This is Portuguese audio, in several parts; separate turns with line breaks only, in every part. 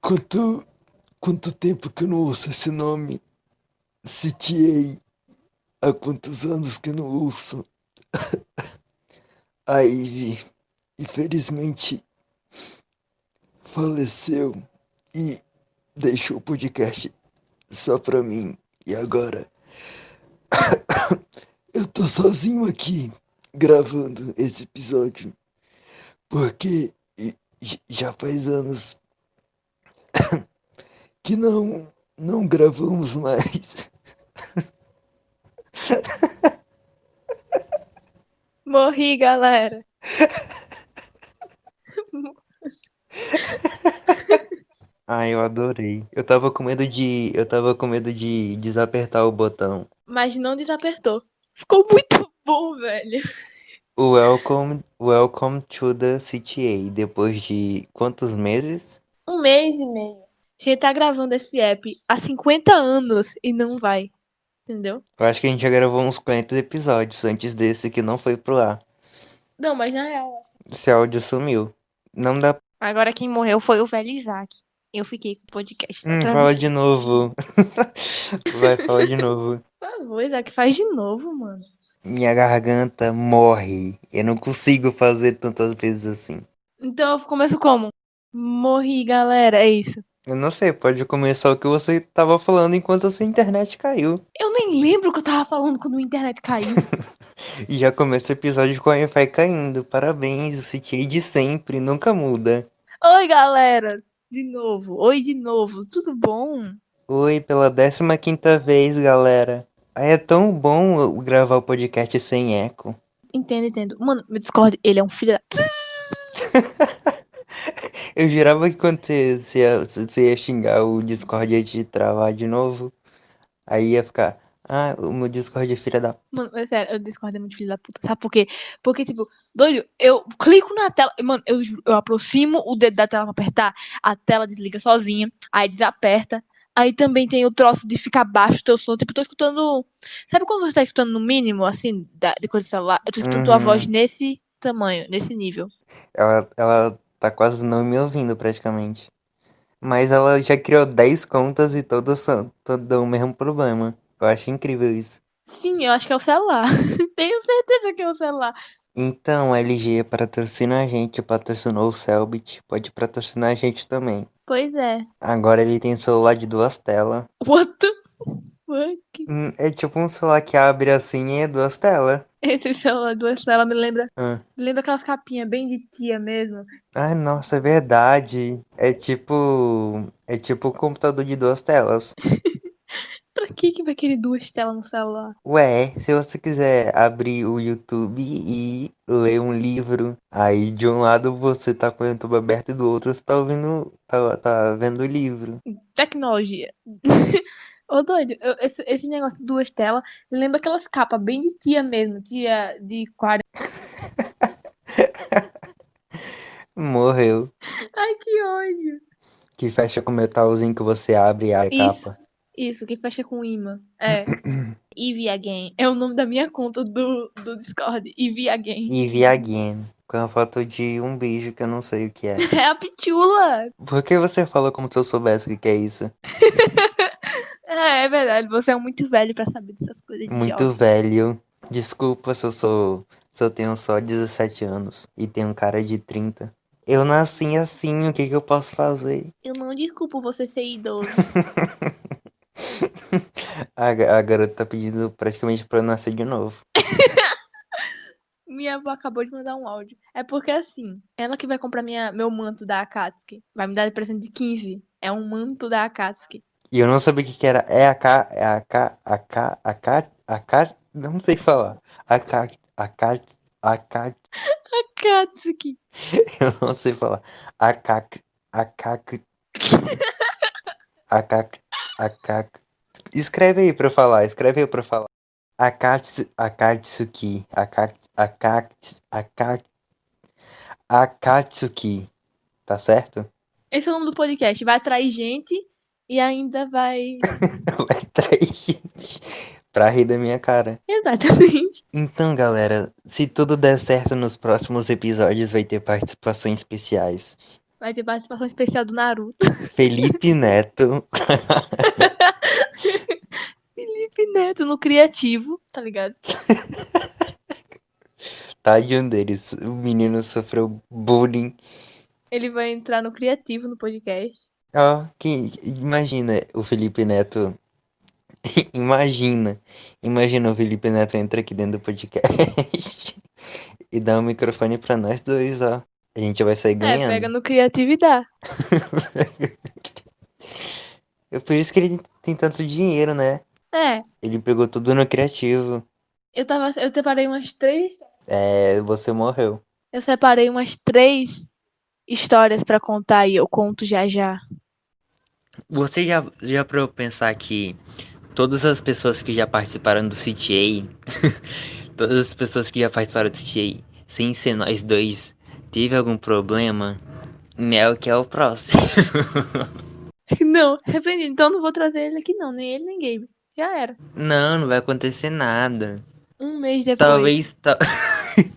Quanto, quanto tempo que eu não ouço esse nome? Citiei. Há quantos anos que eu não ouço? A Ivy, infelizmente, faleceu e deixou o podcast só pra mim. E agora? eu tô sozinho aqui gravando esse episódio. Porque já faz anos que não não gravamos mais.
Morri, galera.
Ai, Ah, eu adorei. Eu tava com medo de, eu tava com medo de desapertar o botão.
Mas não desapertou. Ficou muito bom, velho.
Welcome, welcome to the CTA. Depois de quantos meses?
Um mês e meio. A gente tá gravando esse app há 50 anos e não vai. Entendeu?
Eu acho que a gente já gravou uns 40 episódios antes desse que não foi pro ar.
Não, mas na real.
Esse áudio sumiu. Não dá.
Agora quem morreu foi o velho Isaac. Eu fiquei com o podcast. só
Hum,
pra
fala
mim.
de novo. Vai, fala de novo.
Por favor, Isaac, faz de novo, mano.
Minha garganta morre. Eu não consigo fazer tantas vezes assim.
Então eu começo como? Morri, galera. É isso.
Eu não sei, pode começar o que você tava falando enquanto a sua internet caiu.
Eu nem lembro o que eu tava falando quando a internet caiu.
E já começa o episódio com a Wi-Fi caindo. Parabéns, o CTA de sempre, nunca muda.
Oi, galera. De novo. Oi, de novo. Tudo bom?
Oi, pela 15 quinta vez, galera. Aí é tão bom eu gravar o podcast sem eco.
Entendo, entendo. Mano, meu Discord, ele é um filho da...
Eu jurava que quando você, você ia, você ia xingar o Discord ia te travar de novo. Aí ia ficar, ah, o meu Discord é filha da...
Mano, é sério, eu discordo é muito filho da puta. Sabe por quê? Porque, tipo, doido, eu clico na tela. Mano, eu juro, eu aproximo o dedo da tela pra apertar, a tela desliga sozinha, aí desaperta. Aí também tem o troço de ficar baixo o teu som. Tipo, eu tô escutando. Sabe quando você tá escutando no mínimo, assim, da, de coisa do celular? Eu tô escutando tua
Uhum.
voz nesse tamanho, nesse nível.
Ela, ela tá quase não me ouvindo praticamente. Mas ela já criou 10 contas e todas são, todas dão o mesmo problema. Eu acho incrível isso.
Sim, eu acho que é o celular. Tenho certeza que é o celular.
Então, LG patrocina a gente, patrocinou o Selbit, pode patrocinar a gente também.
Pois é.
Agora ele tem celular de duas telas.
What the fuck?
Hum, É tipo um celular que abre assim e é duas telas.
Esse celular, duas telas, me lembra.
Ah.
Me lembra aquelas capinhas bem de tia mesmo.
Ai, nossa, é verdade. É tipo. É tipo um computador de duas telas.
Pra que que vai querer duas telas no celular?
Ué, se você quiser abrir o YouTube e ler um livro, aí de um lado você tá com o YouTube aberto e do outro você tá ouvindo, tá, tá vendo o livro.
Tecnologia. Ô, doido, eu- esse, esse negócio de duas telas me lembra aquelas capas bem de tia mesmo, tia de 40.
Morreu.
Ai, que ódio.
Que fecha com o metalzinho que você abre e a
Isso,
capa.
isso, que fecha com imã. É. Eve Again. É o nome da minha conta do, do Discord. Eve Again.
E vi again. Com a foto de um beijo que eu não sei o que é.
É a pitula.
Por que você fala como se eu soubesse o que que é isso?
É, é verdade, você é muito velho pra saber dessas coisas de
Muito
jovem.
velho. Desculpa se eu sou. Se eu tenho só 17 anos e tenho cara de 30. Eu nasci assim, o que que eu posso fazer?
Eu não desculpo você ser idoso.
A, ga- a garota tá pedindo praticamente pra eu nascer de novo.
Minha avó acabou de mandar um áudio. É porque assim, ela que vai comprar minha, meu manto da Akatsuki. Vai me dar de presente de 15. É um manto da Akatsuki.
E eu não sabia o que que era. É a K. É a K. A K. A K. A K. Não sei falar. A K. A K. A K.
Akatsuki.
Eu não sei falar. A K. A K. A K. A K. Escreve aí pra eu falar. Escreve aí pra eu falar. Akatsu, Akatsuki, Akatsu, Akatsu, Akatsu, Akatsuki, tá certo?
Esse é o nome do podcast. Vai atrair gente e ainda vai.
Vai trair gente pra rir da minha cara.
Exatamente.
Então, galera, se tudo der certo nos próximos episódios, vai ter participações especiais.
Vai ter participação especial do Naruto.
Felipe Neto.
Felipe Neto no Criativo, tá ligado?
Tadinho tá um deles. O menino sofreu bullying.
Ele vai entrar no Criativo no podcast.
Ó, que, imagina o Felipe Neto. Imagina. Imagina o Felipe Neto entra aqui dentro do podcast e dá um microfone pra nós dois, ó. A gente vai sair
É,
ganhando.
pega no Criativo e dá.
É por isso que ele tem tanto dinheiro, né?
É,
Ele pegou tudo no criativo.
eu tava. Eu separei umas três.
É, você morreu.
Eu separei umas três histórias pra contar e eu conto já já.
Você já, já parou pra pensar que todas as pessoas que já participaram do CTA, todas as pessoas que já participaram do CTA, sem ser nós dois, teve algum problema? Nel que é o próximo.
Não, arrependido. Então não vou trazer ele aqui, não. Nem ele, nem Gabe. Já era.
Não, não vai acontecer nada.
Um mês
Talvez.
depois.
ta-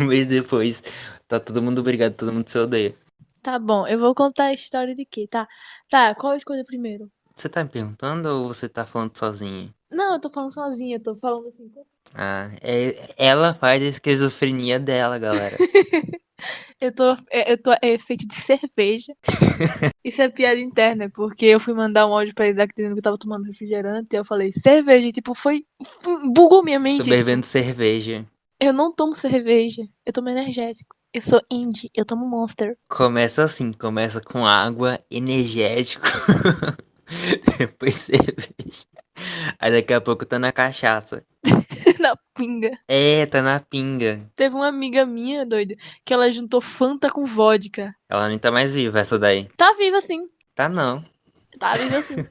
um mês depois. Tá todo mundo brigado, todo mundo se odeia.
Tá bom, eu vou contar a história de quê? Tá. Tá, qual eu escolho primeiro?
Você tá me perguntando ou você tá falando sozinha?
Não, eu tô falando sozinha, eu tô falando assim.
Ah, é- ela faz a esquizofrenia dela, galera.
Eu tô, é- eu tô é efeito de cerveja. Isso é piada interna, porque eu fui mandar um áudio pra ele Isaac dizendo que eu tava tomando refrigerante, e eu falei cerveja, e tipo, foi. fu- bugou minha
Tô
mente. tipo,
bebendo cerveja.
eu não tomo cerveja, eu tomo energético. Eu sou indie, eu tomo monster.
Começa assim, começa com água, energético, depois cerveja. Aí daqui a pouco tá na cachaça.
Na pinga.
É, tá na pinga.
Teve uma amiga minha, doida, que ela juntou Fanta com vodka.
Ela nem tá mais viva essa daí.
Tá viva sim.
Tá não.
Tá vindo assim.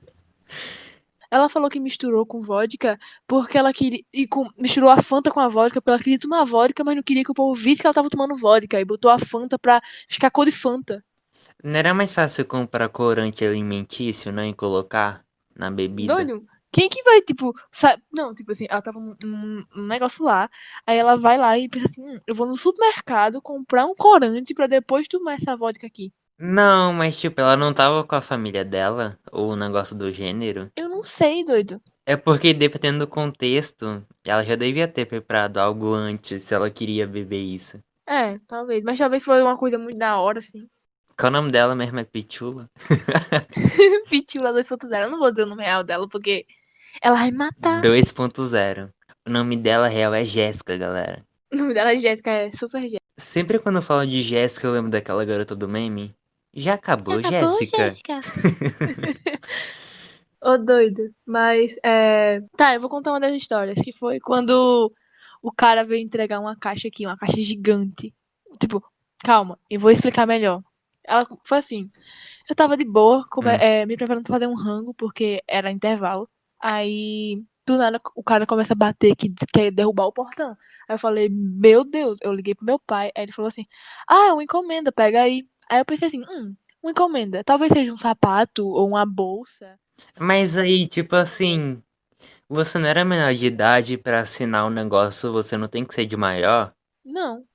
Ela falou que misturou com vodka porque ela queria. E com- misturou a Fanta com a vodka porque ela queria tomar vodka, mas não queria que o povo visse que ela tava tomando vodka. E botou a Fanta pra ficar cor de Fanta.
Não era mais fácil comprar corante alimentício, não? E colocar na bebida?
Doido? Quem que vai, tipo. sa- Não, tipo assim, ela tava num- num num negócio lá. Aí ela vai lá e pensa assim: "Hum, eu vou no supermercado comprar um corante pra depois tomar essa vodka aqui.
Não, mas tipo, ela não tava com a família dela? Ou um negócio do gênero?
Eu não sei, doido.
É porque, dependendo do contexto, ela já devia ter preparado algo antes se ela queria beber isso.
É, talvez. Mas talvez foi uma coisa muito da hora, assim.
Qual o nome dela mesmo? É Pichula?
Pitula 2.0. Eu não vou dizer o nome real dela, porque ela vai
Tá.
matar.
2.0. O nome dela real é Jéssica, galera.
O nome dela é Jéssica, é super Jéssica.
Sempre quando eu falo de Jéssica, eu lembro daquela garota do meme. Já acabou, Jéssica?
Ô, doido. Mas, é... Tá, eu vou contar uma das histórias, que foi quando o cara veio entregar uma caixa aqui, uma caixa gigante. Tipo, calma, eu vou explicar melhor. Ela foi assim, eu tava de boa, come-
Hum.
é, me preparando pra fazer um rango, porque era intervalo. Aí, do nada, o cara começa a bater que quer derrubar o portão. Aí eu falei, meu Deus, eu liguei pro meu pai, aí ele falou assim, ah, uma encomenda, pega aí. Aí eu pensei assim, hum, uma encomenda, talvez seja um sapato ou uma bolsa.
Mas aí, tipo assim, você não era menor de idade pra assinar um negócio, você não tem que ser de maior?
Não,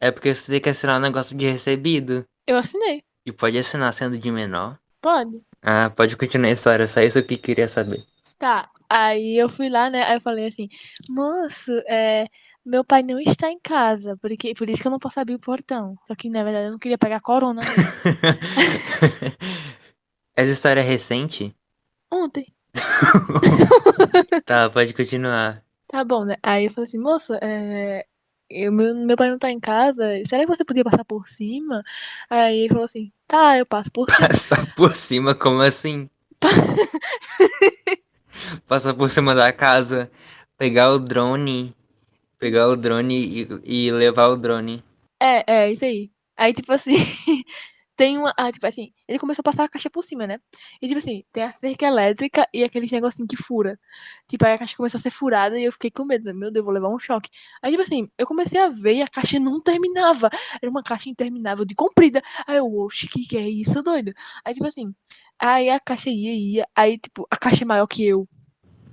É porque você tem que assinar um negócio de recebido.
eu assinei,
E pode assinar sendo de menor.
pode.
Ah, pode continuar a história, só isso que eu queria saber.
Tá, aí eu fui lá, né? Aí eu falei assim, moço, é, meu pai não está em casa, porque, por isso que eu não posso abrir o portão. Só que, na verdade, eu não queria pegar corona né?
Essa história é recente?
ontem.
Tá, pode continuar.
Tá bom, né? Aí eu falei assim, moço, é, eu- meu, meu pai não tá em casa, será que você podia passar por cima? Aí ele falou assim, tá, eu passo por cima.
Passar por cima, como assim? Passar por cima da casa, pegar o drone, pegar o drone e, e levar o drone.
É, é, isso aí. Aí, tipo assim, tem uma. Ah, tipo assim, ele começou a passar a caixa por cima, né? E, tipo assim, tem a cerca elétrica e aqueles negocinho que fura. Tipo, aí a caixa começou a ser furada e eu fiquei com medo. né? Meu Deus, vou levar um choque. Aí, tipo assim, eu comecei a ver e a caixa não terminava. Era uma caixa interminável de comprida. Aí eu, oxe, que que é isso, doido? Aí, tipo assim, aí a caixa ia, ia. Aí, tipo, a caixa é maior que eu.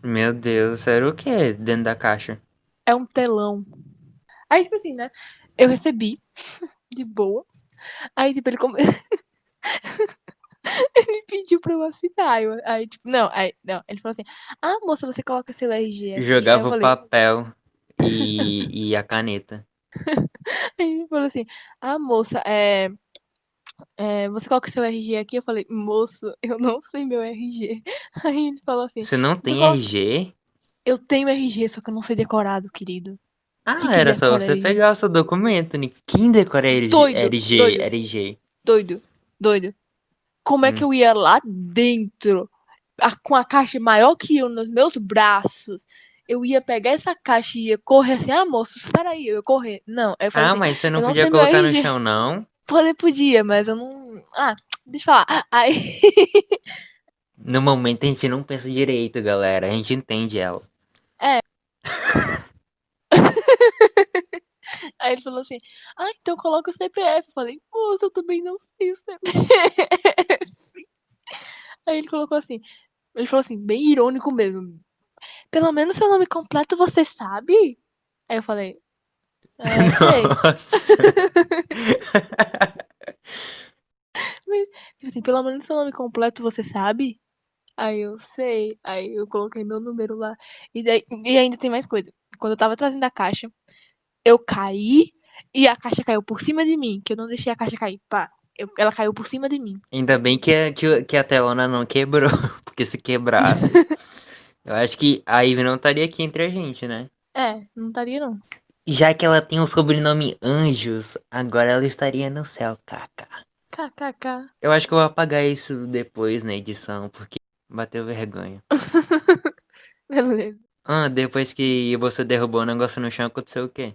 Meu Deus, era o que dentro da caixa?
É um telão. Aí, tipo assim, né? Eu recebi, de boa. Aí, tipo, ele come... Ele pediu pra eu assinar. Eu- aí, tipo, não, aí, não. Ele falou assim: Ah, moça, você coloca seu RG. aqui." Aí eu
Jogava o
falei-
papel e, e a caneta.
Aí ele falou assim: Ah, moça, é, é, você coloca seu RG aqui? Eu falei: Moço, eu não sei meu RG. Aí ele falou assim:
Você não tem
coloca-
RG?
Eu tenho RG, só que eu não sei decorado, querido.
Ah,
que
era só
decora
você
RG?
pegar o seu documento. né? Quem decora RG?
Doido,
RG,
doido.
RG.
Doido, doido. Como é que eu ia lá dentro, a- com a caixa maior que eu nos meus braços? Eu ia pegar essa caixa e ia correr assim, ah, moço, espera aí, eu ia correr. Não, aí eu falei
Ah,
assim,
mas você não
eu não
podia
sei meu
colocar no
RG.
chão, não?
poder podia, mas eu não. Ah, deixa eu falar. Aí,
No momento a gente não pensa direito, galera. A gente entende ela.
aí ele falou assim, ah, então coloca o CPF. Eu falei, moço, eu também não sei o CPF. Aí ele colocou assim, ele falou assim, bem irônico mesmo. Pelo menos seu nome completo você sabe? Aí eu falei, é, eu sei.
Nossa.
Tipo assim, pelo menos seu nome completo você sabe? Aí eu sei. Aí eu coloquei meu número lá. E, daí- e ainda tem mais coisa. Quando eu tava trazendo a caixa, eu caí e a caixa caiu por cima de mim, que eu não deixei a caixa cair. Pá, eu- ela caiu por cima de mim.
Ainda bem que a, que, o- que a telona não quebrou, porque se quebrasse, eu acho que a Ivy não estaria aqui entre a gente, né?
É, não estaria não.
Já que ela tem o sobrenome Anjos, agora ela estaria no céu, Kaká.
KKK.
Eu acho que eu vou apagar isso depois na edição, porque bateu vergonha.
Beleza.
Ah, depois que você derrubou o negócio no chão, aconteceu o quê?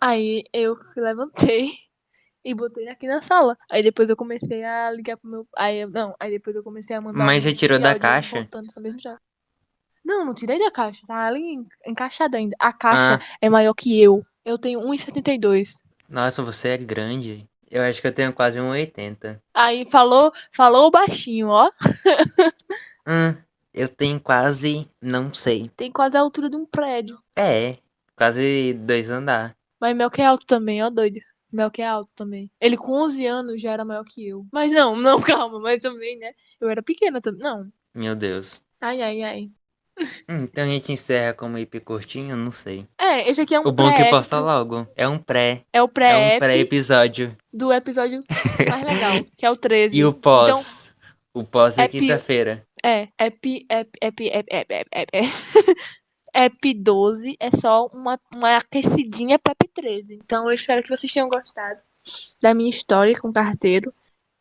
Aí eu levantei e botei aqui na sala. Aí depois eu comecei a ligar pro meu. Aí eu- não, aí depois eu comecei a mandar.
Mas
um
você tirou da
áudio
caixa?
contando essa mesma história. Não, não tirei da caixa. Tá ali en- encaixada ainda. A caixa
Ah.
é maior que eu. Eu tenho 1,72.
Nossa, você é grande. Eu acho que eu tenho quase 1,80.
Aí falou, falou baixinho, ó.
Hum, eu tenho quase, não sei.
Tem quase a altura de um prédio.
É, quase dois andar.
Mas Melk é alto também, ó, doido. Melk é alto também. Ele com 11 anos já era maior que eu. Mas não, não, calma. Mas também, né? Eu era pequena também. Não.
Meu Deus.
Ai, ai, ai.
Hum, Então a gente encerra como IP curtinho, não sei.
É, esse aqui é um
O bom é que
pré-ep.
posta logo. É um pré.
É
É
o
um
pré-ep
pré-episódio.
do episódio mais legal, que é o 13.
E o pós? O pós é,
é pi-
quinta-feira.
É, ep, ep, ep, ep, ep, ep, ep, ep. Ep 12 é só uma, uma aquecidinha pra Ep 13. Então eu espero que vocês tenham gostado da minha história com o carteiro.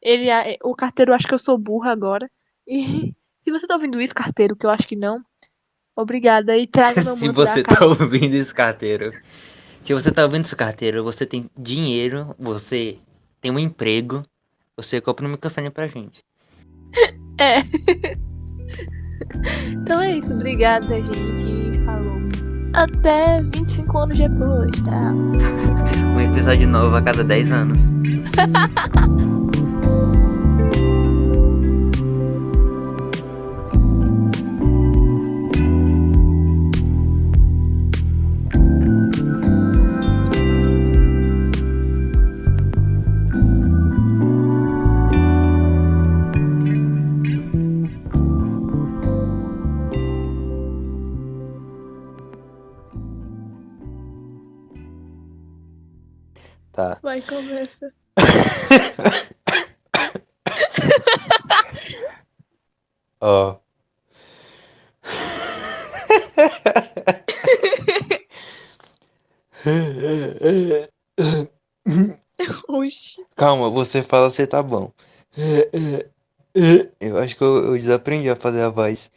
Ele, é- o carteiro acha que eu sou burra agora. E se você tá ouvindo isso, carteiro, que eu acho que não, obrigada e traga meu
Se
manto da
você
casa.
tá ouvindo esse carteiro. Se você tá ouvindo esse carteiro, você tem dinheiro, você tem um emprego, você compra um microfone pra gente.
Então é isso, obrigada, gente. Falou. Até 25 anos depois, tá?
Um episódio novo a cada 10 anos. Tá.
Vai, conversa.
Ó.
Oxi.
Calma, você fala, você tá bom. Eu acho que eu, eu desaprendi a fazer a voz.